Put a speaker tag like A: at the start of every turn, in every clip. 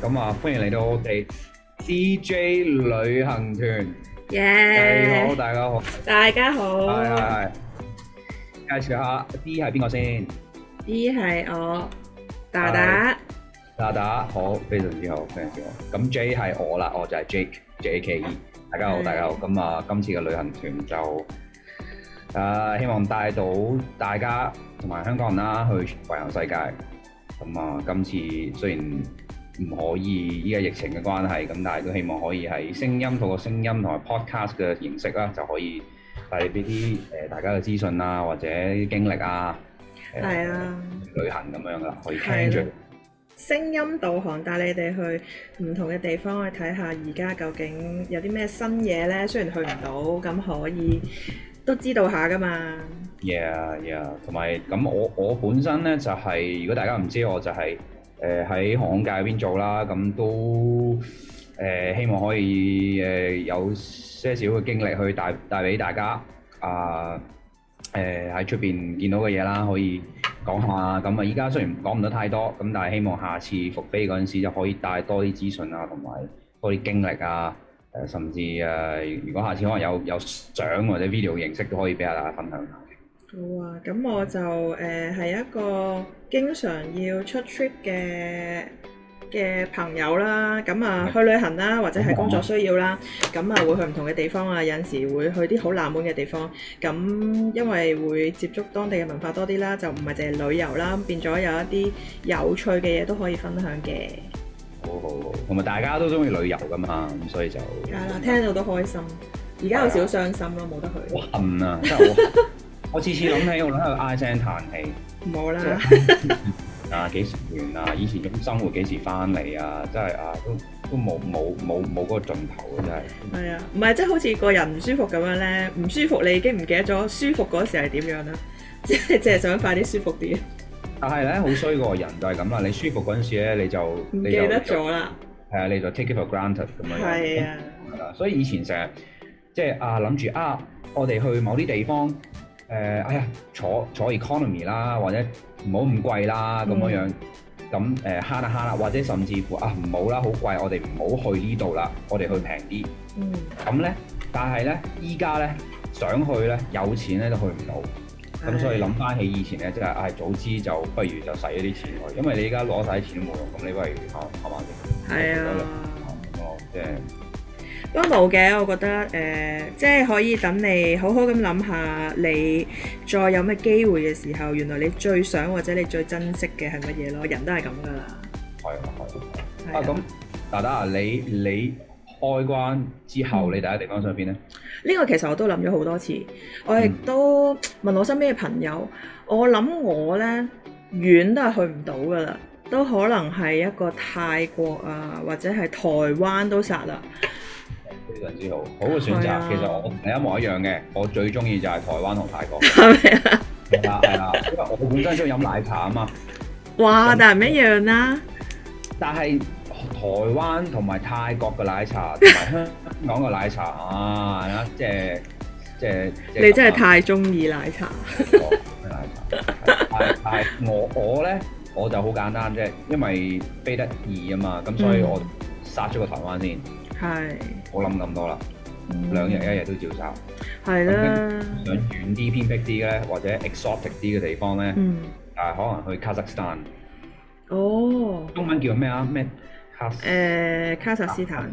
A: 咁啊，歡迎嚟到我哋 TJ 旅行團。你好，
B: 耶！
A: 大家好。
B: 大家好，
A: 係係係。介紹下 D 係邊個先？
B: 依係我達達，
A: 大家好，非常之好，非常之好。咁 J 係我啦，我就係 Jake，JKE。大 E 家好，
B: 係
A: 大家好。咁啊，今次嘅旅行團就誒、呃希望帶到大家同埋香港人啦，去環遊世界。咁啊，今次雖然唔可以依家疫情嘅關係，咁但係都希望可以喺聲音透過聲音同埋 podcast 嘅形式啦，就可以帶俾啲誒大家嘅資訊啊，或者啲經歷啊，誒
B: 係啊，
A: 旅行咁樣噶啦，可以聽
B: 係
A: 住
B: 啦。聲音導航帶你哋去唔同嘅地方去睇下，而家究竟有啲咩新嘢呢？雖然去唔到，咁可以都知道下噶嘛。
A: yeah yeah，同埋咁我我本身咧就係、如果大家唔知我就係誒喺航空界嗰邊做啦，咁都誒、呃希望可以誒、呃有些少嘅經歷去帶帶俾大家啊誒喺出邊見到嘅嘢啦，可以講下。咁啊，依家雖然講唔到太多，咁但係希望下次復飛嗰陣時就可以帶多啲資訊啊，同埋多啲經歷啊。誒、甚至誒、呃如果下次可能有有相或者 video 形式都可以俾大家分享下。
B: 好啊，咁我就誒係、一個經常要出 trip 嘅嘅朋友啦，咁啊去旅行啦，或者係工作需要啦，咁啊會去唔同嘅地方啊，有陣時會去啲好冷門嘅地方，咁因為會接觸當地嘅文化多啲啦，就唔係淨係旅遊啦，變咗有一啲有趣嘅嘢都可以分享嘅，
A: 好好好，同埋大家都中意旅遊噶嘛，咁所以就
B: 係啦，啊聽到都開心，而家有少少傷心咯，冇得去，
A: 好恨 啊！真係好恨我次次諗起我都喺度唉聲嘆氣，
B: 冇
A: 即
B: 啦，
A: 係啊幾時完啊？以前咁生活幾時翻嚟啊？真係啊，都都冇冇冇冇嗰個盡頭啊！真係。
B: 係啊，唔係即係好似個人唔舒服咁樣咧，唔舒服你已經唔記得咗舒服嗰時係點樣啦， 即係淨係想快啲舒服啲，
A: 但係咧，好衰個人就係咁啦。你舒服嗰陣時咧，你就
B: 唔
A: 你就
B: 記得咗啦，
A: 係啊，你就 take it for granted 咁樣。
B: 係啊。
A: 係啦，所以以前成日即係啊諗住啊，我哋去某啲地方誒、哎呀坐坐 economy 啦，或者唔好咁貴啦咁樣樣，咁誒慳啦慳啦，或者甚至乎啊唔好啦，好貴，我哋唔好去呢度啦，我哋去平啲。
B: 嗯，
A: 咁咧，但係咧依家咧想去咧有錢咧都去唔到。咁所以諗翻起以前咧，即係唉，早知就不如就使咗啲錢去，因為你而家攞晒啲錢都冇用，咁你不如嚇係嘛
B: 係啊，
A: 哦，即係。
B: 都冇嘅，我覺得誒、呃即係可以等你好好咁諗下，你再有咩機會嘅時候，原來你最想或者你最珍惜嘅係乜嘢咯？人都係咁噶啦，
A: 係啊，係啊。
B: 係
A: 啊，咁達達啊，你你開關之後，
B: 嗯
A: 你第一地方上邊咧？
B: 呢個其實我都諗咗好多次，我
A: 嗯
B: 亦都問我身邊嘅朋友，我諗我呢遠都係去唔到噶啦，都可能係一個泰國啊，或者係台灣都殺啦。
A: 非常之好，好嘅選
B: 係
A: 擇。
B: 啊
A: 其實我同你一模一樣嘅，我最中意就係台灣同泰國。
B: 係咪啊？
A: 係啊，係啊，因為我本身中意飲奶茶啊嘛。
B: 哇！但係唔一樣啦，
A: 但係台灣同埋泰國嘅奶茶，同埋香港嘅奶茶 啊，係啦即係即係即係啊
B: 你真係
A: 咁啊
B: 太中意奶茶。
A: 奶茶。但係但係我我咧我就好簡單啫，因為飛得易啊嘛，咁所以
B: 嗯
A: 我殺咗個台灣先，
B: 係嗯
A: 冇諗咁多啦，兩日一日都照殺。
B: 係啦，
A: 想遠啲偏僻啲嘅咧，或者 exotic 啲嘅地方咧，
B: 嗯，
A: 但係可能去 Kazakhstan，
B: 哦，
A: 中文叫咩啊？咩卡
B: 誒、卡薩斯坦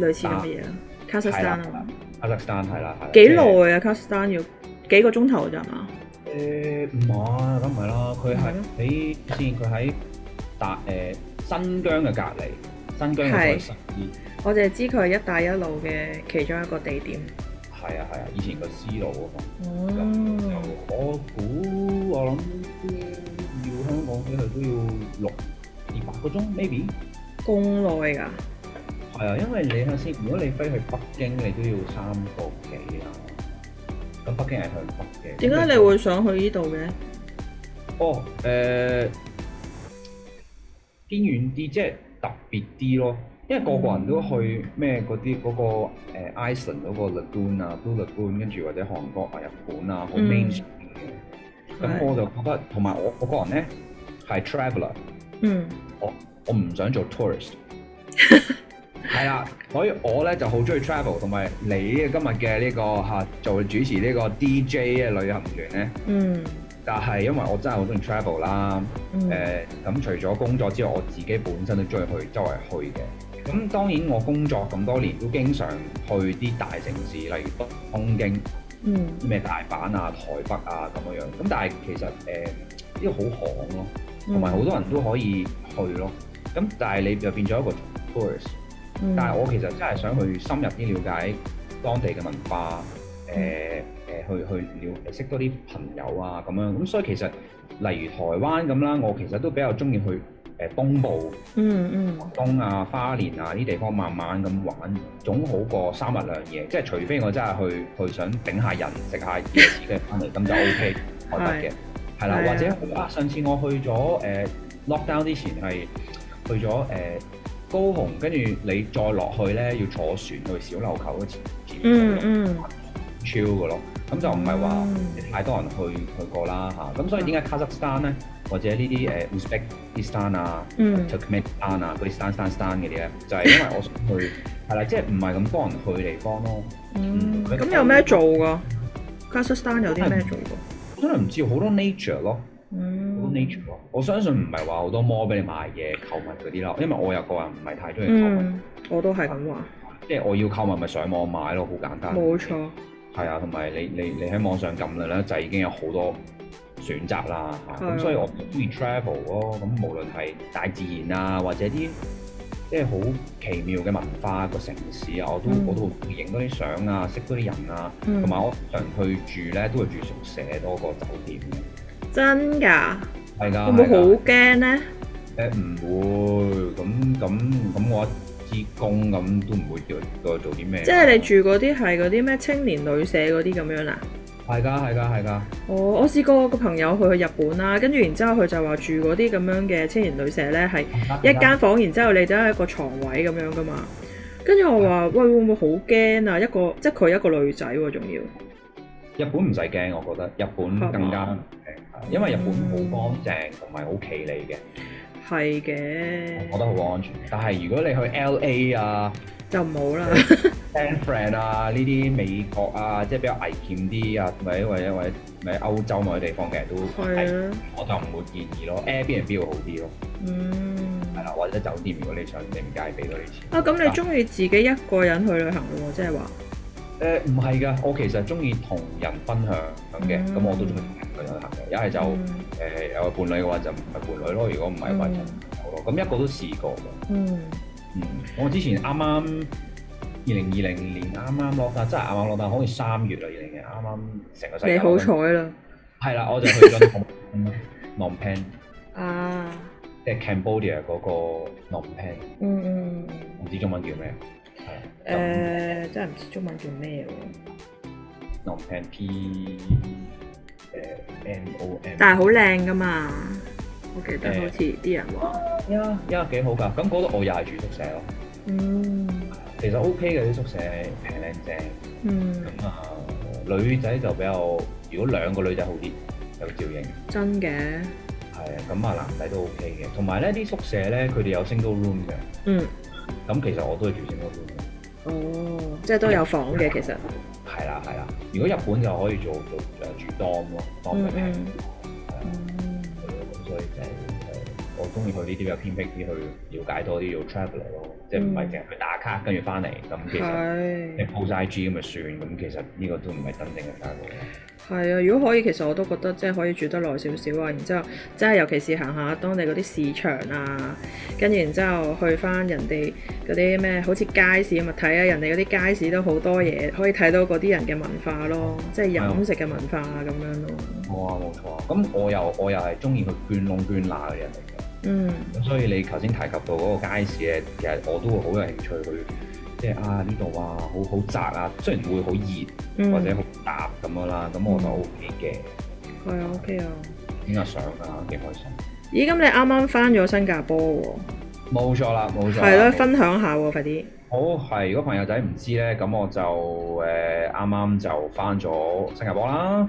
B: 類似咁嘅嘢啦，卡薩斯
A: 啊係
B: 坦
A: 啦
B: 啊，
A: ？Kazakhstan 係啦，係啦。
B: 幾耐啊？卡薩斯坦要幾個鐘頭咋嘛？
A: 即係？誒唔係啊，咁唔係啦，佢係
B: 唔係咩
A: 喺先，佢喺達誒新疆嘅隔離，新疆嘅再
B: 係
A: 新啲。
B: 我淨係知佢係一帶一路嘅其中一個地點。
A: 係啊係啊，以前個思路啊嘛。
B: 哦
A: 咁就我估我諗要香港飛去都要六至八個鐘，maybe。
B: 咁耐㗎？
A: 係啊，因為你睇下先，如果你飛去北京，你都要三個幾啦。咁北京係向北嘅。
B: 點解你會想去呢度嘅？
A: 哦，誒、偏遠啲，即係特別啲咯。因為個個人都
B: 嗯
A: 去咩嗰啲嗰個、呃、Iceland 嗰個 Lagoon 啊、Blue Lagoon，跟住或者韓國啊、日本啊，好
B: 嗯
A: mainstream 嘅。咁、
B: 係
A: 我就覺得，同埋我我個人咧係 traveller，
B: 嗯
A: 我我唔想做 tourist。係啦，所以我咧就好中意 travel，同埋你今日嘅呢個嚇做主持呢個 DJ 嘅旅行團咧，
B: 嗯
A: 但係因為我真係好中意 travel 啦。呃誒咁、
B: 嗯
A: 除咗工作之外，我自己本身都中意去周圍去嘅。咁當然我工作咁多年都經常去啲大城市，例如北東京、
B: 嗯
A: 咩大阪啊、台北啊咁樣樣。咁但係其實誒呢個好行咯，同
B: 嗯
A: 埋好多人都可以去咯。咁但係你就變咗一個 tourist。
B: 嗯
A: 但係我其實真係想去深入啲了解當地嘅文化，誒、誒去去了呃識多啲朋友啊咁樣，咁所以其實例如台灣咁啦，我其實都比較中意去誒、東部、
B: 嗯嗯
A: 東啊、花蓮啊啲地方慢慢咁玩，總好過三日兩夜。即係除非我真係去去想頂下人食下夜市嘅翻嚟，咁就 O K 我得嘅，係啦
B: 係。啊
A: 或者啊，上次我去咗誒、lockdown 呃之前係去咗誒、高雄，跟住你再落去咧要坐船去小琉球嗰次，
B: 嗯嗯
A: chill 嘅咯。咁就唔係話
B: 嗯
A: 太多人去去過啦嚇。咁所以點解卡ซั克斯坦咧，或者呢啲誒 Uzbekistan 啊？
B: 嗯
A: Turkmenistan 啊，嗰啲 stan stan stan 嗰啲咧，就係因為我想 去，係啦，即係唔係咁多人去嘅地方咯。
B: 嗯，咁有咩做噶
A: 嗯
B: c a s a s t a n 有啲咩做噶？
A: 我真係唔知好多 nature 咯，好多
B: 嗯
A: nature 咯。我相信唔係話好多 mall 俾你買嘢購物嗰啲咯，因為我又個人唔係太中意購物，
B: 嗯，我都係咁話，
A: 即係我要購物咪上網買咯，好簡單。
B: 冇。錯，
A: 係啊，同埋你你你喺網上撳啦，就已經有好多選擇啦嚇。
B: 係啊
A: 咁所以我中意 travel 咯。咁無論係大自然啊，或者啲即係好奇妙嘅文化個城市啊，我都、
B: 嗯
A: 我都會影多啲相啊，識多啲人啊。
B: 嗯
A: 同埋我常去住咧，都會住宿舍多過酒店嘅。
B: 真㗎，
A: 係
B: 會
A: 㗎，
B: 唔會
A: 啊係啊
B: 好
A: 㗎。
B: 驚咧？
A: 誒唔會咁咁咁，我一支公咁都唔會叫叫佢做啲咩。
B: 即係你住嗰啲係嗰啲咩青年旅社嗰啲咁樣啊？
A: 係㗎係㗎係㗎。
B: 我我試過個朋友去去日本啦，跟住然之後佢就話住嗰啲咁樣嘅青年旅社呢，係一間房，然之後你都有一個床位咁樣噶嘛。跟住我
A: 嗯
B: 話：喂，會唔會好驚啊？一個即係佢一個女仔喎，仲要
A: 日本唔使驚，我覺得日本
B: 哦
A: 更加唔驚，啊因為日本好乾淨同埋好企理嘅，
B: 係嘅
A: 我覺，得好安全。但係如果你去 L A 啊、
B: 就唔好啦。
A: San Fran 啊呢啲美國啊，即係比較危險啲啊，或者或者或者咪歐洲某啲地方嘅都危險，
B: 係啊，
A: 我就唔會建議咯。Airbnb 會好啲咯，
B: 嗯。
A: 係啦，或者酒店如果你想你唔介意俾多啲錢。
B: 啊，咁你中意自己一個人去旅行咯喎？即係話，
A: 誒唔係㗎，我其實中意同人分享嘅，咁我都中意同人去旅行嘅，一係就誒
B: 嗯
A: 有伴侶嘅話就唔係伴侶咯，如果唔係話就好咯。咁一個都試過㗎。
B: 嗯
A: 嗯，我之前啱啱二零二零年啱啱落單，真係啱啱落單，好似三月啦，二零年啱啱成個世界。
B: 你好彩！啦。
A: 係啦，我就去咗 Phnom Phnom Penh，
B: 啊，
A: 即係 Cambodia 嗰個 Phnom Penh，
B: 嗯嗯，嗯
A: 唔知中文叫咩？
B: 誒、
A: 係
B: 真係唔知中文叫咩喎？
A: Phnom Penh P 誒 M O M。
B: 但係好靚噶嘛，我記得
A: 誒
B: 好似啲人話，
A: 呀呀幾好㗎！咁嗰度我又係住宿舍咯，
B: 嗯
A: 其實 O K 嘅啲宿舍平靚正。
B: 嗯，
A: 咁啊，女仔就比較，如果兩個女仔好啲，有照應。
B: 真嘅，
A: 係啊，咁啊男仔都 OK 嘅，同埋咧啲宿舍咧佢哋有 single room 嘅，
B: 嗯，
A: 咁其實我都係住 single room 嘅。
B: 哦，即係都有房嘅其實，
A: 係啦係啦，如果日本就可以做做誒住 dorm 咯，dorm
B: 嗯
A: 就平
B: 嗯，
A: 係啊咁所以就誒我中意去呢啲比較偏僻啲去了解多啲做 traveler 咯，即係唔係淨係去打卡跟住翻嚟咁嗯其實。你
B: 嗯係
A: po 曬 IG 咁咪算，咁其實呢個都唔係真正嘅 travel 咯。
B: 係啊，如果可以，其實我都覺得即係可以住得耐少少啊，然之後即係尤其是行下當地嗰啲市場啊，跟住然之後去翻人哋嗰啲咩，好似街市咁啊，睇下人哋嗰啲街市都好多嘢，可以睇到嗰啲人嘅文化咯，即係飲食嘅文化啊咁樣咯，
A: 冇啊冇錯啊，咁我又我又係中意去捐窿捐罅嘅人嚟嘅。
B: 嗯。
A: 咁所以你頭先提及到嗰個街市咧，其實我都會好有興趣去，即係啊呢度啊，好好窄啊，雖然會好熱
B: 嗯
A: 或者好搭咁樣啦，咁我就 O K
B: 係啊，OK 啊。
A: 嘅，影下相啊，幾開心。
B: 咦，咁你啱啱翻咗新加坡喎？
A: 冇錯啦，冇錯啦。
B: 係咯，分享下喎，快啲。
A: 好係，如果朋友呃仔唔知咧，咁我就誒啱啱就翻咗新加坡啦。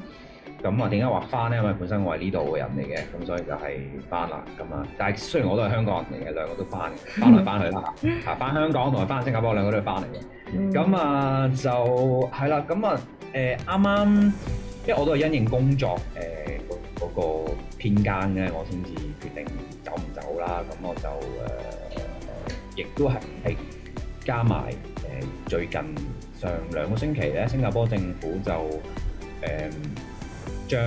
A: 咁啊，點解話翻咧？因為本身我係呢度嘅人嚟嘅，咁所以就係翻啦咁啊。但係雖然我都係香港人嚟嘅，兩個都翻嘅，翻來翻去 啦嚇。啊，翻香港同埋翻新加坡兩個都係翻嚟嘅。
B: 嗯
A: 咁啊就係啦，咁啊誒啱啱，因為我都係因應工作誒嗰嗰個偏間咧，我先至決定走唔走啦。咁我就誒、呃亦都係係加埋誒、最近上兩個星期咧，新加坡政府就誒。將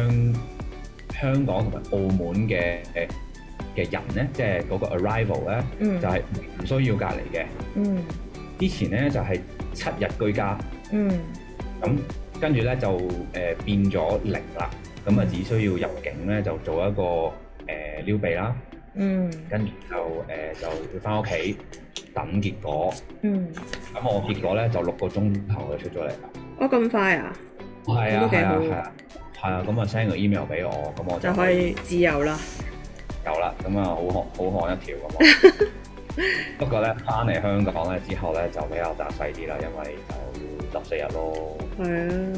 A: 香港同埋澳門嘅呃嘅人咧，即係嗰個 arrival 咧，
B: 嗯
A: 就係唔需要隔離嘅。
B: 嗯
A: 之前咧就係、七日居家，
B: 嗯
A: 咁跟住咧就誒、呃、變咗零啦，咁啊只需要入境咧就做一個誒、呃撩鼻啦，
B: 嗯
A: 跟住就誒、呃就要翻屋企等結果。
B: 嗯，
A: 咁我結果咧就六個鐘頭就出咗嚟啦。
B: 我咁快啊，
A: 係啊
B: 都幾
A: 係啊
B: 好
A: 係啊係啊，咁啊 send 個 email 俾我，咁我
B: 就
A: 就
B: 可以自由啦。
A: 有啦，咁啊好漢好漢一條咁 啊。不過咧，翻嚟香港咧之後咧就比較窄細啲啦，因為就要十四日咯。
B: 係啊，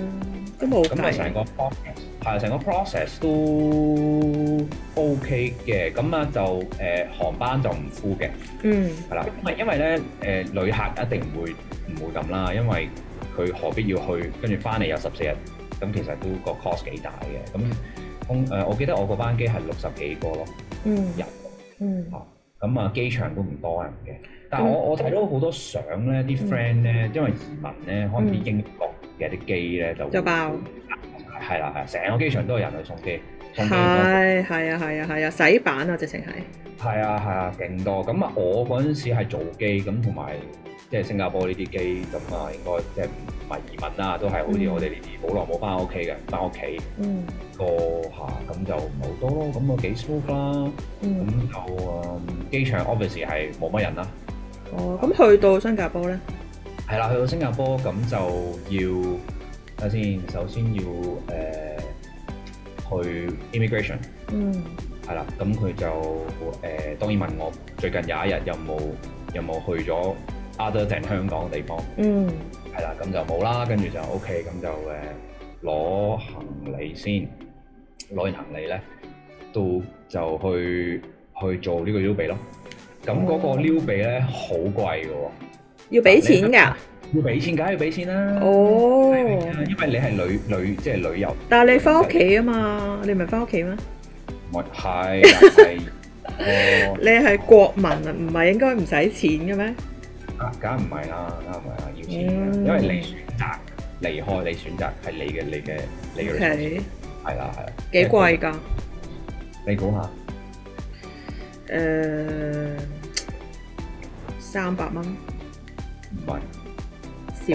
B: 都冇
A: 咁啊，
B: 計。
A: 成個 process 係啊成個 process 都 OK 嘅。咁啊就誒、呃航班就唔 full 嘅，
B: 嗯
A: 係啦。因為因為咧誒、呃旅客一定唔會唔會咁啦，因為佢何必要去跟住翻嚟有十四日，咁其實都個 cost 幾大嘅。咁通誒，我記得我個班機係六十幾個咯
B: 嗯
A: 人。
B: 嗯
A: 咁啊，機場都唔多人嘅。但係
B: 咁
A: 我我睇到好多相咧，啲
B: 嗯
A: friend 咧，因為移民咧，可能啲
B: 嗯
A: 英國嘅啲機咧就會
B: 就爆
A: 係啦，係成個機場都有人去送機，送機多
B: 係係啊係啊係啊，洗版啊直情係。
A: 係啊係啊，勁多。咁啊，我嗰陣時係做機咁，同埋即係新加坡呢啲機咁啊，應該即係唔係移民啊啦，都係好似
B: 嗯
A: 我哋呢啲好耐冇翻屋企嘅，翻屋企
B: 嗯
A: 個下咁就唔係好多咯。咁啊幾 smooth 啦，咁
B: 嗯，
A: 就啊機場 office 係冇乜人啦。
B: 哦，咁去到新加坡咧，
A: 係啦，去到新加坡咁就要睇下先，首先要誒、呃去 immigration
B: 嗯
A: 係啦，咁佢就誒、呃、當然問我最近有一日有冇有冇去咗 other than 香港嘅地方，
B: 嗯
A: 係啦，咁就冇啦，跟住就 OK，咁就誒攞、行李先，攞完行李咧，到就去去做呢個撩鼻咯。咁嗰個撩鼻咧好貴嘅喎，
B: 要俾錢㗎。
A: 要俾錢，梗係要俾錢啦。
B: 哦，
A: 因為你係旅旅即係旅遊，
B: 但係你翻屋企啊嘛，你唔係翻屋企咩？
A: 我係係 哦，
B: 你係國民啊，唔係應該唔使錢嘅咩？
A: 啊梗唔係啦，梗唔係啦，要錢嘅，
B: 嗯
A: 因為你選擇離開，你選擇係你嘅你嘅你嘅 resource，
B: 係
A: 係啦係啦，
B: 幾貴㗎？
A: 你估下，
B: 誒，三百蚊
A: 唔係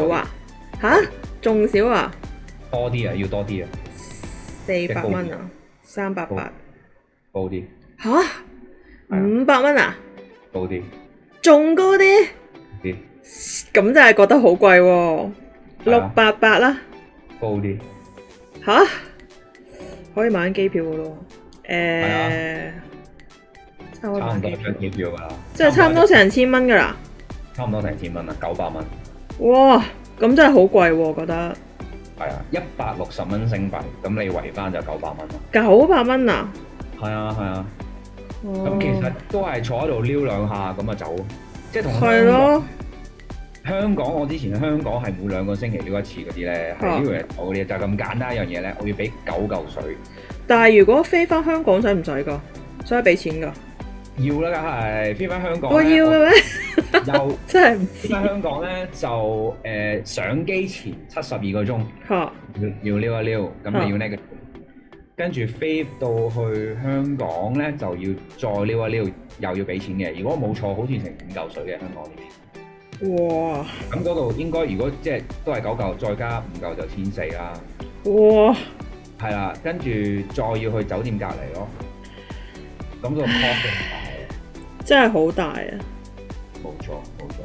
B: 少啊？
A: 哦
B: 吓？仲少啊？
A: 多啲啊，要多啲啊，
B: 四百蚊啊？三百八？
A: 高啲
B: 吓？五百蚊啊？
A: 高啲
B: 仲高啲？
A: 啲
B: 咁真係覺得好貴喎，
A: 係
B: 六
A: 啊
B: 八八啦，
A: 高啲，
B: 吓？可以買緊機票嘅咯，
A: 係，
B: 誒
A: 啊
B: 差唔多
A: 差
B: 買
A: 唔多
B: 機票
A: 張，機票㗎啦，
B: 即係差唔多成千蚊㗎啦，
A: 差唔多成千蚊啊，九百蚊
B: 哇！咁真係好貴喎，我覺得
A: 係啊，一百六十蚊星幣，咁你圍翻就九百蚊咯，
B: 九百蚊啊，
A: 係啊係啊。咁
B: 咁
A: 其實都係坐喺度撩兩下咁啊走，即係同
B: 係
A: 香港
B: 咯，
A: 香港我之前香港係每兩個星期撩一次嗰啲
B: 啊
A: 咧，係撩嚟我哋就咁簡單一樣嘢咧，我要俾九嚿水，
B: 但係如果飛翻香港使唔使㗎？使唔使俾錢㗎？
A: 要啦梗係飛翻香港呢，
B: 我要嘅咩？
A: 又
B: 真係唔
A: 飛翻香港咧就誒、呃上機前七十二個鐘
B: 嚇，
A: 要要撩一撩，咁
B: 啊
A: 你要呢個，跟住飛到去香港咧就要再撩一撩，又要俾錢嘅。如果冇錯，好似成五嚿水嘅香港呢邊。
B: 哇
A: 咁嗰度應該如果即係都係九嚿，再加五嚿就千四啦。
B: 哇，
A: 係啦，跟住再要去酒店隔離咯。咁個 cost 就大，
B: 真係好大啊！
A: 冇錯冇錯。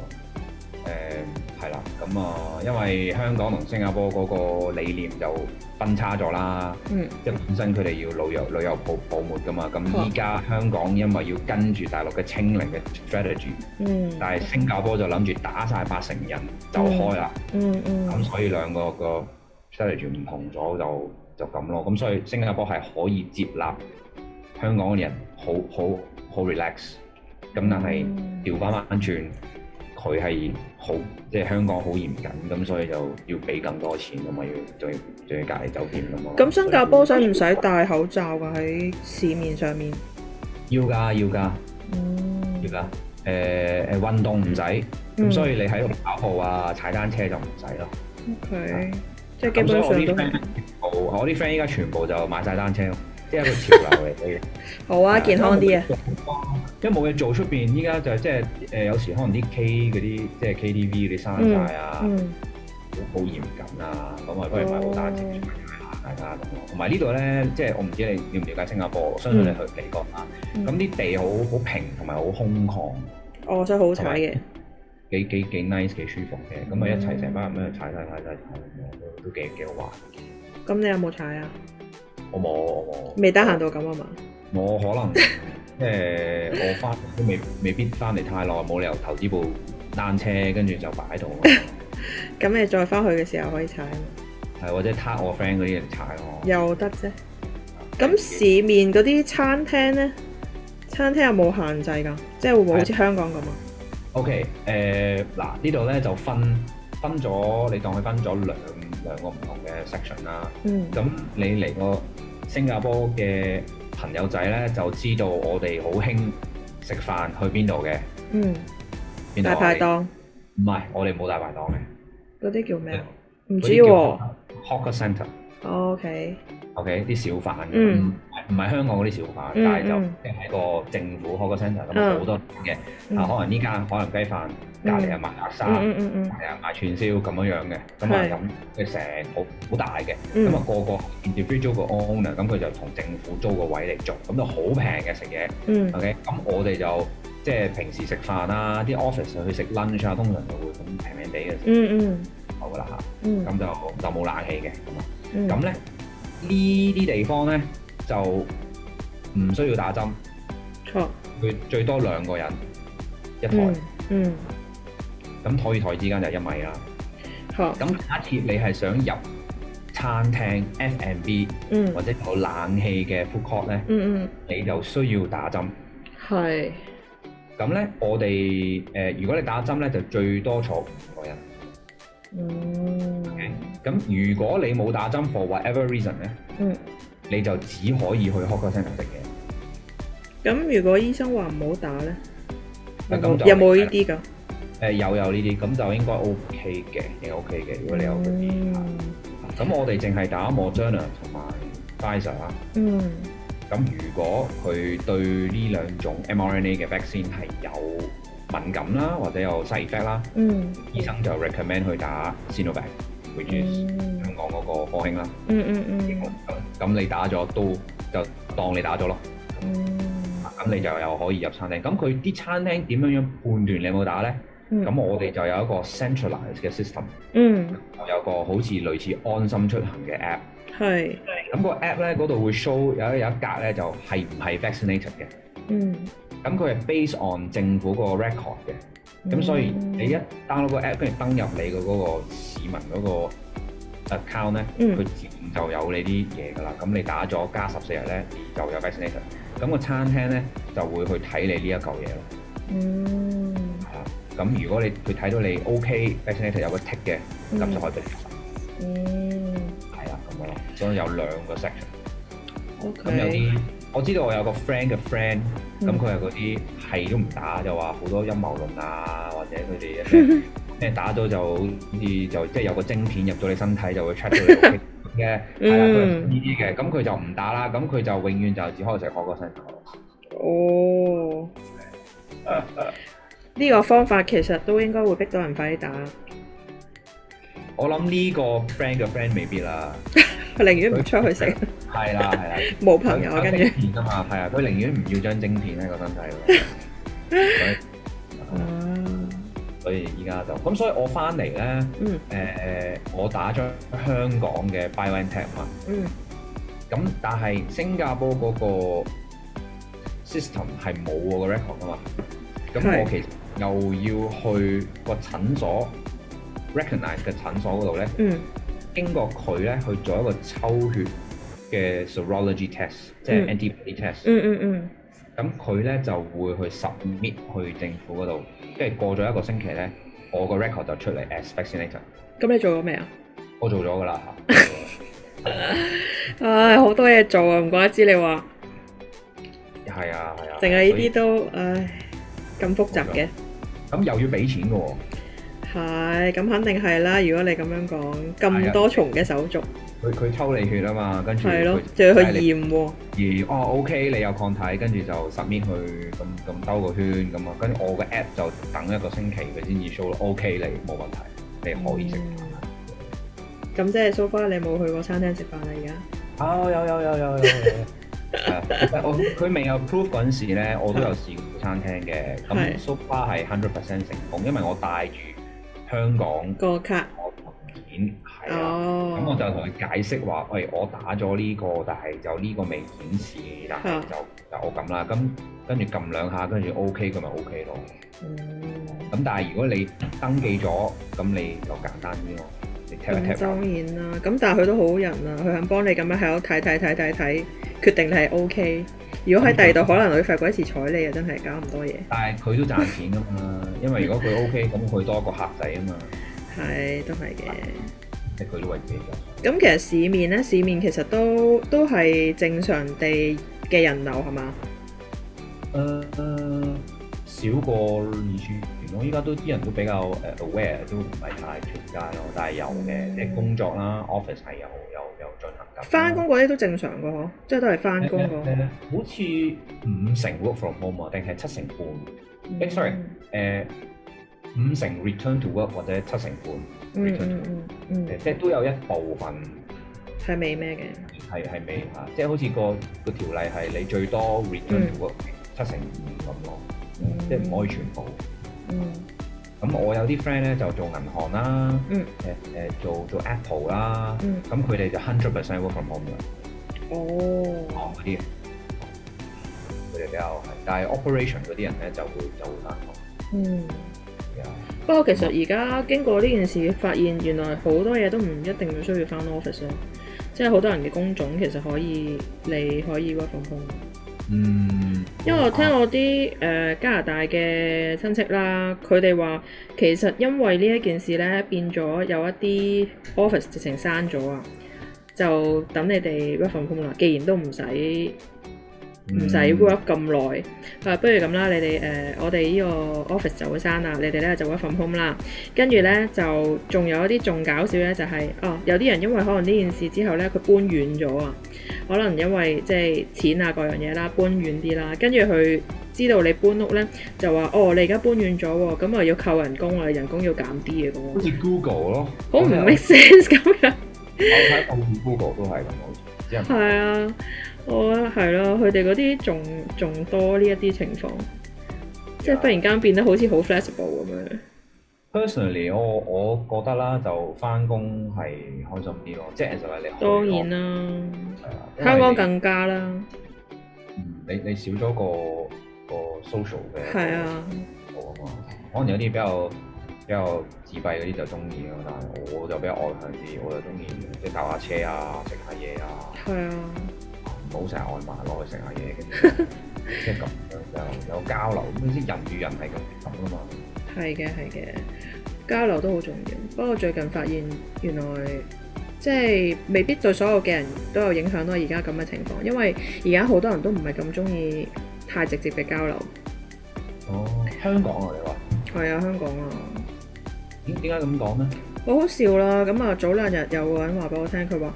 A: 誒係啦，咁啊，因為香港同新加坡嗰個理念就分叉咗啦，
B: 嗯
A: 即係本身佢哋要旅遊旅遊泡泡沫噶嘛。咁依家香港因為要跟住大陸嘅清零嘅 strategy，
B: 嗯
A: 但係新加坡就諗住打晒八成人就開啦。
B: 嗯嗯
A: 咁所以兩個個 strategy 唔同咗，就就咁咯。咁所以新加坡係可以接納香港嘅人好好好 relax，咁但係
B: 嗯
A: 調翻翻轉，佢係好即係香港好嚴謹，咁所以就要俾更多錢咁嘛，要仲要仲要隔離酒店咁嘛。
B: 咁新加坡使
A: 所以
B: 唔使戴口罩㗎？喺市面上面，
A: 要㗎要㗎
B: 嗯
A: 要㗎？誒、誒運動唔使，咁、
B: 嗯
A: 所以你喺度跑步啊、踩單車就唔使咯。
B: ，OK，即嗯係基
A: 啊咁
B: 本
A: 所以
B: 上
A: 我啲 friend 全部，
B: 都係
A: 我啲 friend 依家全部就買晒單車咯，即係一個潮流嚟嘅。
B: 好啊，健康啲啊，
A: 即係冇嘢做出邊，依家就係即係誒有時可能啲 K 嗰啲即係 KTV 嗰啲閂晒啊，好、
B: 嗯，哦
A: 嚴謹啊，咁啊不如買部單車出去行下咁咯。同埋呢度咧，即係我唔知你了唔了解新加坡，我相信你去嚟過啦。
B: 嗯
A: 啊咁啲、地好好平同埋好空曠，
B: 哦，真係好彩嘅，
A: 幾幾幾 nice 幾舒服嘅。咁啊一齊成班人咁樣踩踩踩踩踩咁樣，都都幾幾好玩。
B: 咁你有冇踩啊？
A: 我冇我冇，
B: 未得閒到咁啊嘛，
A: 我可能 即係我翻都未未必翻嚟太耐，冇理由投資部單車跟住就擺喺度 啊嘛。
B: 咁你再翻去嘅時候可以踩啊嘛，
A: 係或者攤我 friend 嗰啲嚟踩咯。
B: 又得啫。咁市面嗰啲餐廳呢？餐廳有冇限制㗎？即係會唔會好似香港咁啊？
A: OK，誒、嗱呢度咧就分分咗，你當佢分咗兩兩個唔同嘅 section 啦。
B: 嗯，
A: 咁你嚟過新加坡嘅朋友仔咧，就知道我哋好興食飯去邊度嘅。
B: 嗯，
A: 邊度
B: 大
A: 啊
B: 排？檔
A: 你唔係，我哋冇大排檔嘅。
B: 嗰啲叫咩啊？唔
A: 唔
B: 知喎。。哦
A: Hawker Centre。
B: O K，
A: OK，啲小販嘅，唔
B: 嗯
A: 係唔係香港嗰啲小販，
B: 嗯
A: 但係就
B: 嗯
A: 即係喺個政府 hawker centre
B: 嗯
A: 咁好多嘅，
B: 嗯
A: 啊可能呢間可能雞飯，隔
B: 嗯
A: 離啊賣鴨沙，
B: 嗯
A: 隔
B: 嗯嗯嗯
A: 離啊賣串燒咁樣樣嘅，咁
B: 係
A: 啊咁佢成好好大嘅，咁啊
B: 嗯
A: 個個 individual 個 owner，咁佢就同政府租個位嚟做，咁就好平嘅食嘢
B: 嗯
A: ，OK，咁我哋就即係平時食飯啊，啲 office 去食 lunch 啊，通常就會咁平平地嘅食
B: 嗯
A: 好噶啦嚇，
B: 嗯
A: 咁就就冇冷氣嘅啊咁啊。
B: 嗯，
A: 咁咧呢啲地方咧就唔需要打針，
B: 錯，
A: 佢最多兩個人一台，
B: 嗯
A: 咁、
B: 嗯
A: 台與台之間就一米啦。
B: 錯，
A: 咁假設你係想入餐廳 F&B
B: 嗯
A: 或者有冷氣嘅 food court 咧，
B: 嗯嗯
A: 你就需要打針。
B: 係，
A: 咁咧，我哋誒、呃如果你打針咧，就最多坐五個人。
B: 嗯
A: 咁如果你冇打針，for whatever reason 咧，
B: 嗯。
A: 你就只可以去 hawker centre 食嘢。
B: 咁如果醫生話唔好打咧，有
A: 啊
B: 冇
A: 咁就
B: 嗯有冇呢啲㗎？
A: 誒、有呃有呢啲，咁就應該 OK 嘅，你 OK 嘅。如果你有嗰啲，
B: 嗯
A: 咁我哋淨係打 Moderna 同埋 Pfizer 啦。
B: 嗯
A: 咁如果佢對呢兩種 mRNA 嘅 vaccine 係有敏感啦，或者有 side effect 啦，
B: 嗯
A: 醫生就 recommend 去打 Sinovac，which is
B: 嗯
A: 香港嗰個科興啦。
B: 嗯嗯
A: 咁你打咗都就當你打咗咯，啊
B: 嗯
A: 咁你就又可以入餐廳。咁佢啲餐廳點樣樣判斷你有冇打呢？
B: 嗯，
A: 咁我哋就有一個 centralized 嘅 system。
B: 嗯
A: 我有個好似類似安心出行嘅 app，
B: 係
A: 咁個 app 咧嗰度會 show 有一有一格咧就係唔係 vaccinated 嘅，
B: 嗯，
A: 咁佢係 based on 政府個 record 嘅，咁所以
B: 嗯
A: 你一 download 個 app 跟住登入你嘅嗰個市民嗰個 account 咧，
B: 嗯
A: 佢自然就有你啲嘢㗎啦。咁你打咗加十四日咧，你就有 vaccinated。咁個餐廳咧就會去睇你呢一嚿嘢咯。
B: 嗯
A: 係啦咁如果你佢睇到你 OK vaccinated 有個 tick 嘅，咁就可以俾你入
B: 嗯
A: 係啦咁樣咯。所以有兩個 section。
B: O
A: 咁有
B: K
A: 啲我知道我有個 friend 嘅 friend，
B: 嗯
A: 咁佢係嗰啲係都唔打，就話好多陰謀論啊，或者佢哋 咩咩打咗就好似就即係有個晶片入咗你身體就會 check 到你 OK 嘅，
B: 嗯
A: 係啦，佢係呢啲嘅，咁佢就唔打啦，咁佢就永遠就只可以食我個身
B: 哦。呢個方法其實都應該會逼到人快啲打，
A: 我諗呢個 friend 嘅 friend 未必 啦，
B: 佢寧願唔出去食，
A: 係啦係啦，
B: 冇朋友
A: 佢
B: 跟
A: 有
B: 住
A: 晶。片㗎嘛，係啊，佢寧願唔要張晶片喺個身體 度所以。所以依家就咁，所以我翻嚟咧，誒、
B: 嗯
A: 我打咗香港嘅 BioNTech 嘛，
B: 嗯
A: 咁但係新加坡嗰個 system 係冇我個 record 噶嘛，咁
B: 係
A: 我其實又要去個診所 recognize 嘅診所嗰度咧，
B: 嗯
A: 經過佢咧去做一個抽血嘅 serology test，即係
B: 嗯
A: antibody test。
B: 嗯嗯嗯，
A: 咁佢咧就會去 submit 去政府嗰度，跟住過咗一個星期咧，我個 record 就出嚟 as vaccinator，
B: 咁你做咗未啊？
A: 我做咗㗎啦
B: 唉，好多嘢做啊，唔怪得知你話，
A: 嚇，係啊係啊，
B: 淨係呢
A: 所以
B: 啲都唉咁複雜嘅。
A: 咁又要俾錢㗎喎，
B: 係，咁肯定係啦。如果你咁樣講，
A: 啊
B: 咁多重嘅手續，
A: 佢佢抽你血啊嘛，跟住
B: 係咯
A: 佢，
B: 仲要去
A: 帶你
B: 驗喎。
A: 而哦 OK，你有抗體，跟住就 submit 去咁咁兜個圈咁啊，跟住我個 app 就等一個星期佢先至 show 到 OK 你冇問題，你可以食
B: 嗯
A: 飯。
B: 咁即係 so far 你冇去過餐廳食飯啦，而家
A: 啊、有有有有有有。 係啊我佢未有 proof 嗰陣時咧，我都有試過餐廳嘅。
B: 係
A: 咁 so far 係 hundred percent 成功，因為我帶住香港
B: 個卡
A: 我文件係啊。
B: 哦。
A: 咁我就同佢解釋話：，喂，我打咗呢、個，但係就呢個未顯示，但係就就我咁啦。咁跟住撳兩下，跟住 OK，咁咪 OK 咯。
B: 嗯
A: 咁但係如果你登記咗，咁你就簡單啲咯。你 tap 一啊
B: 咁
A: tap
B: 當然啦，咁但係佢都好人啊，佢肯幫你咁樣喺度睇睇睇睇睇，決定你係 O K。如果喺第二度，可能佢費鬼事睬你啊，真係搞咁多嘢。
A: 但係佢都賺錢㗎嘛，因為如果佢 OK，咁佢多一個客仔啊嘛，
B: 係，都係嘅。
A: 即係佢都為自己做。
B: 咁其實市面呢，市面其實都都係正常地嘅人流係嘛？
A: 誒、呃少過以前咯，依家都啲人都比較誒呃 aware，都唔係太出街咯。但係有嘅，即係工作啦，office 係有有有進行緊。
B: 翻工嗰啲都正常嘅嗬，即係都係翻工
A: 誒
B: 嘅。
A: 好似五成 work from home 啊，定係七成半？誒、
B: 嗯
A: sorry 五成 return to work 或者七成半，
B: 嗯嗯嗯嗯
A: 誒
B: 嗯，
A: 即係都有一部分
B: 係未咩嘅。
A: 係係未嚇，即係好似個個條例係你最多 return to work 七成五咁咯，
B: 嗯
A: 即係唔可以全部。
B: 嗯
A: 咁我有啲 friend 咧就做銀行啦，誒誒
B: 嗯、
A: 做做 Apple 啦，
B: 嗯，
A: 咁佢哋就 hundred percent work from home 嘅。
B: 哦，
A: 行嗰啲，佢哋比較係，但係 operation 嗰啲人咧就會就會翻工啊
B: 嗯。
A: 嘅。
B: 不過其實而家經過呢件事，發現原來好多嘢都唔一定要需要翻 office 咯，即係好多人嘅工種其實可以你可以 work from home。
A: 嗯，
B: 因為我聽我啲誒、呃加拿大嘅親戚啦，佢哋話其實因為呢一件事咧，變咗有一啲 office 直情閂咗啊，就等你哋 work from home 啦。既然都唔使唔
A: 嗯
B: 使 work 咁耐，啊不如咁啦，你哋誒、呃我哋呢個 office 就會閂啦，你哋咧就 work from home 啦。跟住咧就仲有一啲仲搞笑咧，就係、哦有啲人因為可能呢件事之後咧，佢搬遠咗啊。可能因為即係錢啊各樣嘢啦，搬遠啲啦，跟住佢知道你搬屋咧，就話哦你而家搬遠咗喎，咁啊要扣人工啊，人工要減啲嘅咁
A: 好
B: 喎，
A: 嗯似 Google 咯，
B: 好唔
A: 我睇
B: make sense 咁樣。
A: 我睇澳門 Google 都係咁，好 似即係
B: 係啊，我覺得係咯，佢哋嗰啲仲仲多呢一啲情況，即係忽然間變得好似好 flexible 咁樣。
A: personally 我我覺得啦，就翻工係開心啲咯，即係其實你去
B: 當然啦，
A: 係啊，因為
B: 香港更加啦，
A: 嗯你你少咗個個 social 嘅
B: 係啊，
A: 我啊嘛，可能有啲比較比較自閉嗰啲就中意咯，但係我就比較外向啲，我就中意即係搭下車啊，食下嘢啊，
B: 係啊，
A: 唔好成日外賣攞去食下嘢，跟 住即係咁樣就有交流，咁啲人與人係咁咁噶嘛。
B: 係嘅係嘅，交流都好重要。不過最近發現原來即係未必對所有嘅人都有影響咯。而家咁嘅情況，因為而家好多人都唔係咁中意太直接嘅交流。
A: 哦，香港啊，你話
B: 係啊，香港啊，
A: 點點解咁講咧？
B: 好好笑啦！咁啊，早兩日有個人話俾我聽，佢話：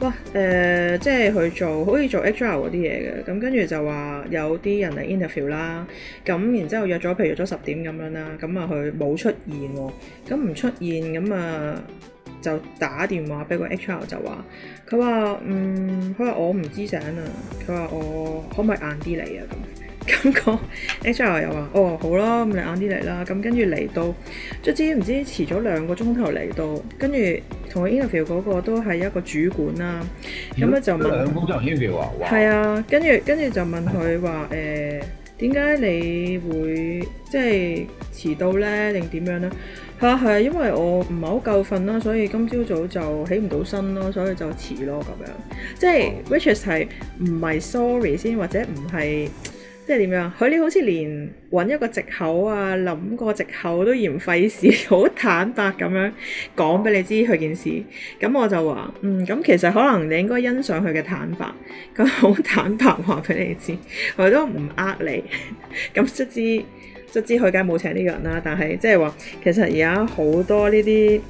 B: 哇，誒、即係佢做好似做 HR 嗰啲嘢嘅，咁跟住就話有啲人嚟 interview 啦，咁然之後約咗，譬如約咗十點咁樣啦，咁啊佢冇出現喎，咁唔出現咁啊就打電話俾個 HR 就話，佢話嗯，佢話我唔知醒啊，佢話我可唔可以晏啲嚟啊咁。咁個 HR 又話：哦，好啦，咁你晏啲嚟啦。咁跟住嚟到，卒之唔知遲咗兩個鐘頭嚟到，跟住同佢 interview 嗰個都係一個主管啦。咁咧就問
A: 兩公都有 interview 啊，哇！
B: 係啊，跟住跟住就問佢話誒點解你會即係遲到呢？定點樣呢？嚇係啊，因為我唔係好夠瞓啦，所以今朝早就起唔到身咯，所以就遲咯咁樣。即係 which is 係唔係 sorry 先，或者唔係即係點樣？佢哋好似連揾一個藉口啊，諗個藉口都嫌費事，好坦白咁樣講俾你知佢件事。咁我就話嗯，咁其實可能你應該欣賞佢嘅坦白，佢好坦白話俾你知，佢都唔呃你。 咁卒之。卒知佢梗係冇請呢個人啦，但係即係話其實而家好多呢啲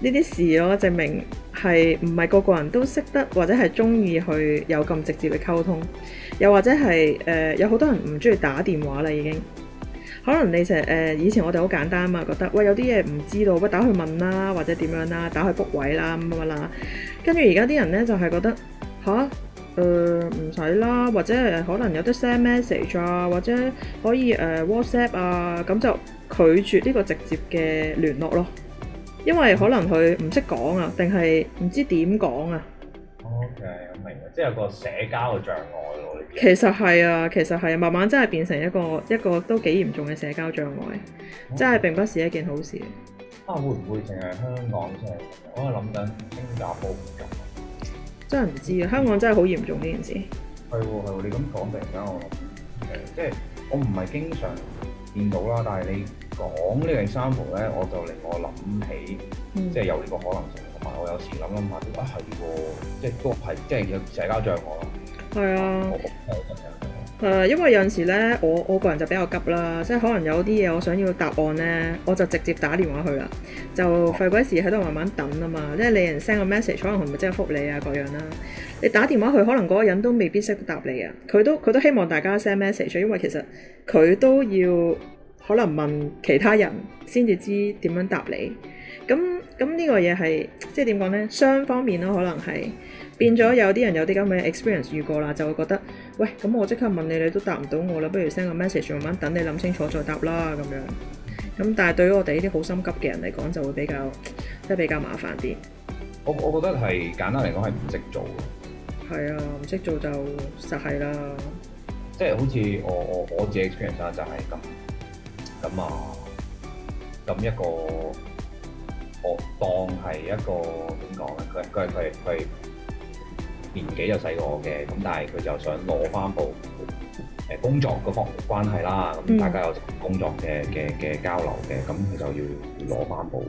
B: 呢啲事咯，證明係唔係個個人都識得或者係中意去有咁直接嘅溝通，又或者係誒、呃有好多人唔中意打電話啦已經。可能你成日誒以前我哋好簡單嘛，覺得喂有啲嘢唔知道，喂打去問啦，或者點樣啦，打去 book 位啦咁乜乜啦。跟住而家啲人咧就係、覺得吓，誒呃唔使啦，或者誒可能有得 send message 啊，或者可以誒、呃 WhatsApp 啊，咁就拒絕呢個直接嘅聯絡咯。因為可能佢唔識講啊，定係唔知點講啊。
A: OK，我明啦，即係有個社交嘅障礙咯，呢啲
B: 其實係啊，其實係啊，慢慢真係變成一個一個都幾嚴重嘅社交障礙，
A: 哦
B: 真係並不是一件好事。
A: 啊，會唔會淨係香港先係咁樣？我喺度諗緊新加坡唔咁。
B: 真係唔知啊，香港真係好嚴重呢件事。
A: 係喎係喎，你咁講突然間我諗誒，即係我唔係經常見到啦，但係你講呢個 example 咧，我就令我諗起
B: 嗯
A: 即係有呢個可能性，同埋我有時諗諗下都啊係喎，即係都係即係有社交障礙咯。
B: 係啊
A: 我，我我我
B: 誒、呃因為有陣時咧，我我個人就比較急啦，即係可能有啲嘢我想要答案咧，我就直接打電話去啦，就費鬼事喺度慢慢等啊嘛。即係你人 send 個 message，可能佢咪即刻覆你啊各樣啦。你打電話去，可能嗰個人都未必識答你啊。佢都佢都希望大家 send message，因為其實佢都要可能問其他人先至知點樣答你。咁咁呢個嘢係即係點講咧？雙方面咯，可能係變咗有啲人有啲咁嘅 experience 遇過啦，就會覺得喂，咁我即刻問你，你都答唔到我啦，不如 send 個 message 慢慢等你諗清楚再答啦咁樣。咁但係對於我哋呢啲好心急嘅人嚟講，就會比較即係比較麻煩啲。
A: 我我覺得係簡單嚟講係唔識做嘅。
B: 係啊，唔識做就實係啦。
A: 即係好似我我我自己 experience 啊，就係咁咁啊，咁一個我當係一個點講咧？佢佢佢佢年紀就細過我嘅，咁但係佢就想攞翻部誒工作嗰方面關係啦，咁
B: 嗯
A: 大家有工作嘅嘅嘅交流嘅，咁佢就要攞翻部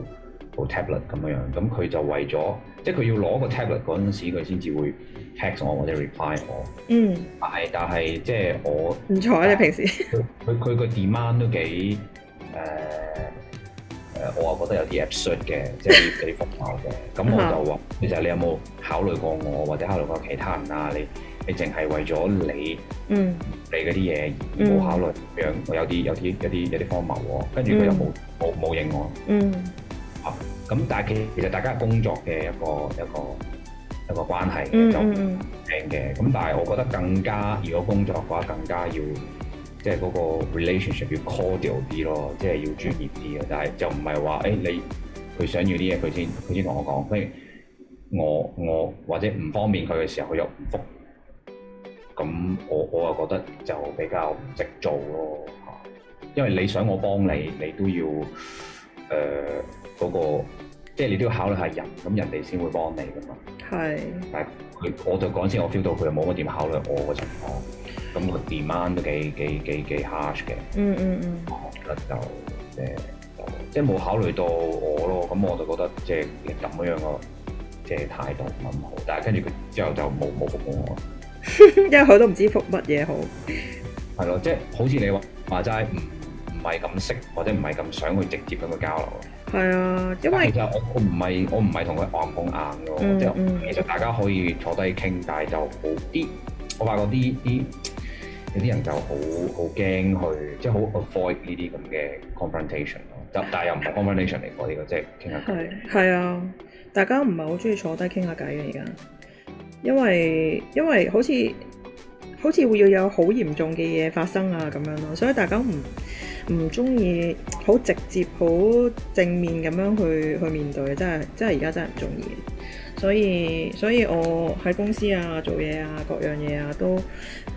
A: 部 tablet 咁樣樣，咁佢就為咗即係佢要攞個 tablet 嗰陣時，佢先至會 text 我或者 reply 我。
B: 嗯，
A: 但係但係即係我
B: 唔彩你平時
A: 佢佢佢個 demand 都幾誒誒、呃我又覺得有啲 absurd 嘅，即係幾複雜嘅。咁我就話，其實你有冇考慮過我，或者考慮過其他人啊？你你淨係為咗你
B: 嗯
A: 你嗰啲嘢而
B: 嗯
A: 冇考慮咁樣，我有啲有啲有啲有啲荒謬喎。跟住佢又冇冇冇應我。
B: 嗯
A: 咁但係其其實大家工作嘅一個一個一個關係
B: 嗯
A: 就。
B: 嗯
A: 聽嘅，咁但係我覺得更加，如果工作嘅話，更加要即係嗰個 relationship 要 cordial 啲咯，即係要專業啲嘅，但係就唔係話誒你佢想要啲嘢佢先佢先同我講，譬如我我或者唔方便佢嘅時候，佢又唔復，咁我我又覺得就比較唔識做咯嚇，因為你想我幫你，你都要誒嗰、個，即係你都要考慮下人，咁人哋先會幫你噶嘛。
B: 嗯，係
A: 但係佢我就講先，我 feel 到佢又冇乜點考慮我個情況，咁個 demand 都幾幾幾幾 harsh 嘅，
B: 嗯嗯嗯
A: 我覺得就即係即係冇考慮到我咯，咁我就覺得即係你咁樣個即係態度唔係咁好，但係跟住佢之後就冇冇覆我，，
B: 因為佢都唔知覆乜嘢好。
A: 係咯，即係好似你話話齋唔唔係咁識或者唔係咁想去直接咁去交流咯。
B: 係啊，因
A: 但
B: 為
A: 其實我我唔係我唔係同佢硬碰硬咯，
B: 嗯
A: 即係
B: 嗯
A: 其實大家可以坐低傾，但係就好啲。我發覺啲啲有啲人就好好驚去，即係好 avoid 呢啲咁嘅 confrontation 咯。但但係又唔係 confrontation 嚟嗰啲嘅，即係傾下偈。
B: 係係啊，大家唔係好中意坐低傾下偈嘅而家，因為因為好似好似會要有好嚴重嘅嘢發生啊咁樣咯，所以大家唔唔中意好直接、好正面咁樣去去面對，真係真係而家真係唔中意。所以所以我喺公司啊、做嘢啊、各樣嘢啊，都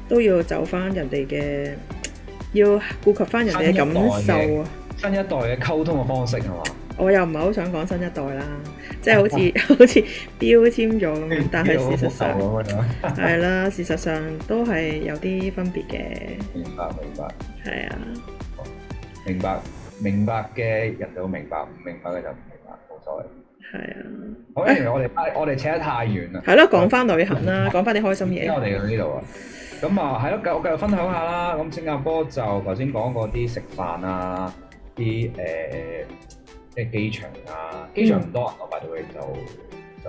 B: 都要走翻人哋嘅要顧及翻人哋嘅感受啊。
A: 新一代嘅溝通嘅方式係嘛？
B: 我又唔係好想講新一代啦，即係 好似好似標籤咗咁樣，但係事實
A: 好
B: 上
A: 舊咁樣。
B: 係啦，事實上都係有啲分別嘅，
A: 明白，明白，
B: 係啊，
A: 明白，明白嘅人就明白，唔明白嘅就唔明白，冇所謂。
B: 係啊，
A: 好， 因為我哋太我哋扯得太遠啦。
B: 係咯，講翻旅行啦，講翻啲開心
A: 因為
B: 嘢，
A: 我哋去呢度啊，咁啊係咯，繼我繼續分享下啦。咁新加坡就頭先講過啲食飯啊，啲誒即係機場啊，機場唔多人我拜到佢就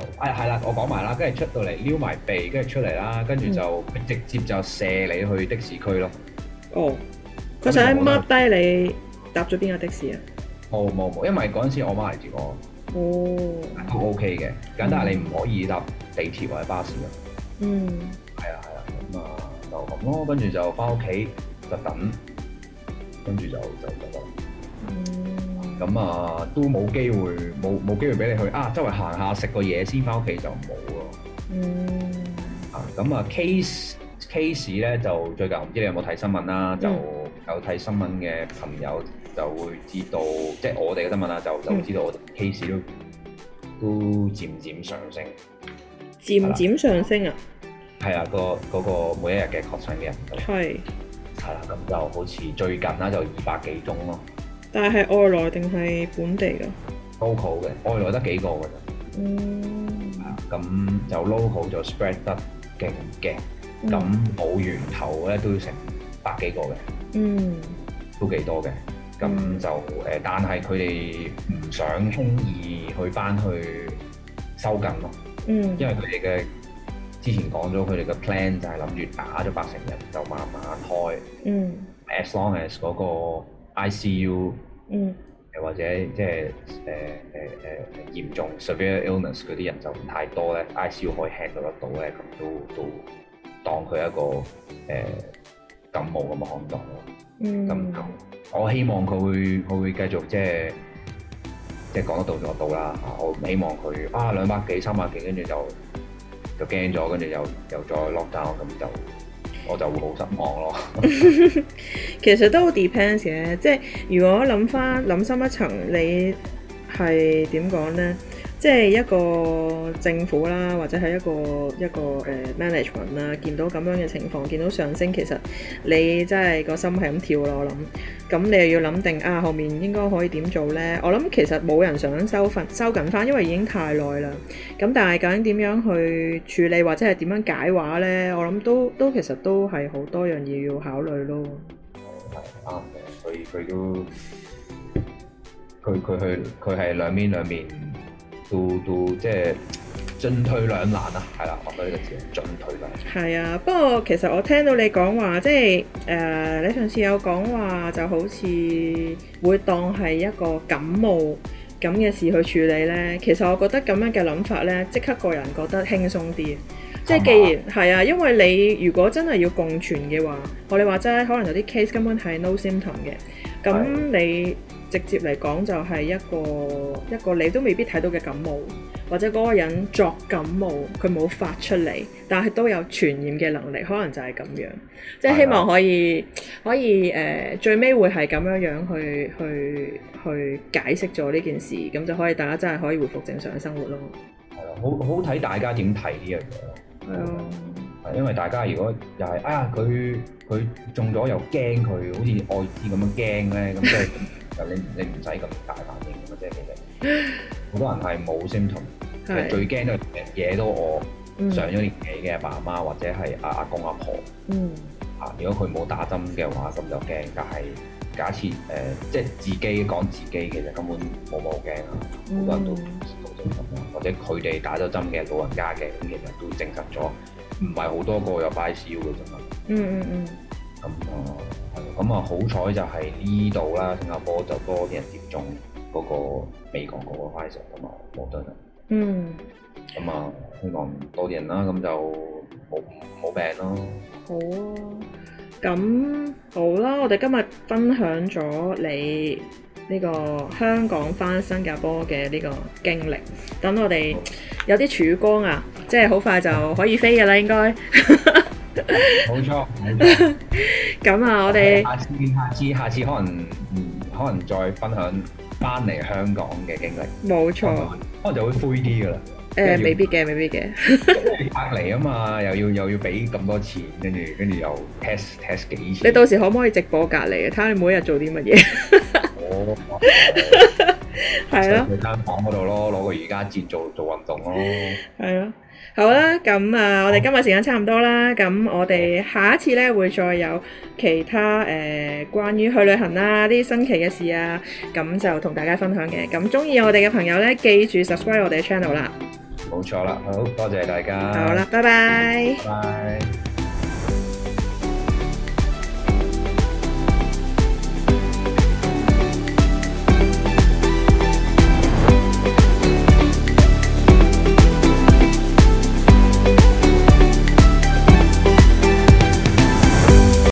A: 就哎係啦，我講埋啦，跟住出到嚟撩埋鼻，跟住出嚟啦，跟住就直接就射你去的士區咯。
B: 哦，佢想剝低你搭咗邊個的士啊？
A: 冇冇冇，因為嗰陣時我媽嚟接我，
B: 哦，
A: 都 OK 嘅。簡單係你唔可以搭地鐵或者巴士咯。
B: 嗯，
A: 係啊係啊，咁啊就咁咯，跟住就翻屋企就等，跟住就就就就。
B: 嗯
A: 咁啊，都冇機會，冇冇機會俾你去啊，周圍行下食個嘢先翻屋企就冇咯。
B: 嗯，
A: 啊，咁啊，case case 咧就最近唔知你有冇睇新聞啦，就有睇新聞嘅朋友就會知道，即係我哋嘅新聞啦，就就會知道我哋 case 都都漸漸上升。
B: 漸漸上升啊，
A: 係啊，個嗰、個每一日嘅確診嘅人數
B: 係，
A: 係啦，咁就好似最近啦，就二百幾宗咯
B: 但係外來定係本地㗎？
A: ，local 嘅，外來得幾個㗎啫。
B: 嗯，
A: 啊咁就 local 就 spread 得勁嘅，咁冇源頭咧都要成百幾個嘅，
B: 嗯，
A: 都幾多嘅。咁就誒、呃但係佢哋唔想輕易去翻去收緊咯，
B: 嗯，
A: 因為佢哋嘅之前講咗佢哋嘅 plan 就係諗住打咗八成人就慢慢開
B: 嗯，
A: ，as long as 嗰個 ICU
B: 嗯，
A: 誒或者即係誒誒誒嚴重 severe illness 嗰啲人就唔太多咧，ICU 可以 handle 得到咧，咁都都當佢一個誒、呃感冒咁嘅看待咯。
B: 嗯，
A: 咁就、我希望佢會佢會繼續即係即係講得到做得到啦嚇，我唔希望佢啊兩百幾三百幾，跟住就就驚咗，跟住又又再 lock down，咁就我就會好失望咯。
B: 其實都 depends 嘅，即係如果諗翻諗深一層，你係點講呢？即係一個政府啦，或者係一個一個誒、呃 management 啦，見到咁樣嘅情況，見到上升，其實你真係個心係咁跳咯。我諗，咁你又要諗定啊，後面應該可以點做呢？我諗其實冇人想收份收緊翻，因為已經太耐啦。咁但係究竟點樣去處理，或者係點樣解話呢？我諗都都其實都係好多樣嘢要考慮咯。
A: 係啱嘅，所以佢都佢佢去佢係兩面兩面都都即係進退兩難啊，係啦，學到呢個字進退兩難。
B: 係啊，不過其實我聽到你講話，即係誒、呃你上次有講話就好似會當係一個感冒咁嘅事去處理呢。其實我覺得咁樣嘅諗法呢，即刻個人覺得輕鬆啲。即係既然係啊，因為你如果真係要共存嘅話，我哋話齋可能有啲 case 根本係 no symptom 嘅，咁你直接嚟講就係一個一個你都未必睇到嘅感冒。或者嗰個人作感冒，佢冇發出嚟，但係都有傳染嘅能力，可能就係咁啊樣。即係希望可以可以誒、呃最尾會係咁樣樣去去去解釋咗呢件事，咁就可以大家真係可以回復正常生活咯。
A: 係啦，好好睇大家點睇呢樣嘢
B: 係啊
A: 咯。，係因為大家如果又係啊，佢佢中咗又驚佢，好似愛滋咁樣驚咧，咁即 係就你你唔使咁大反應咁啫。其實好多人係冇 symptom，其實
B: 係
A: 最驚都係惹到我。
B: 嗯
A: 上咗年紀嘅阿爸阿媽或者係阿阿公阿婆
B: 嗯
A: 啊，如果佢冇打針嘅話，咁就驚。但係假設誒、呃即係自己講自己，其實根本冇冇驚啊，好多人都都正常啦。或者佢哋打咗針嘅老人家嘅，咁其實都證實咗，唔係好多個有 ICU 嘅啫嘛。
B: 嗯嗯嗯
A: 咁啊，係咯咁啊，好彩就係呢度啦，新加坡就多啲人接種嗰個美國嗰個 Pfizer 同埋 Moderna。
B: 嗯，
A: 咁啊，希望多啲人啦，咁就冇冇病咯。
B: 好啊。咁好啦，我哋今日分享咗你呢個香港翻新加坡嘅呢個經歷，等我哋有啲曙光啊！即係好快就可以飛嘅啦，應該。
A: 冇錯，冇錯。
B: 咁啊，我哋
A: 下次下次下次可能嗯可能再分享翻嚟香港嘅經歷，
B: 冇錯，
A: 可能就會灰啲噶啦。
B: 誒未必嘅，未必嘅，
A: 隔離啊嘛，又要又要俾咁多錢，跟住跟住又 test test 幾次。
B: 你到時可唔可以直播隔離嘅？啊睇下你每日做啲乜 嘢，
A: 我
B: 係咯。
A: 去間房嗰度咯，攞個瑜伽墊做做運動咯。
B: 係咯，好啦，咁啊，我哋今日時間差唔多啦，咁我哋下一次咧會再有其他誒、呃、關於去旅行啦啲新奇嘅事啊，咁就同大家分享嘅。咁中意我哋嘅朋友咧，記住 subscribe 我哋嘅 channel 啦。
A: 冇錯啦，好多謝大家。
B: 好啦，，拜拜。
A: 拜。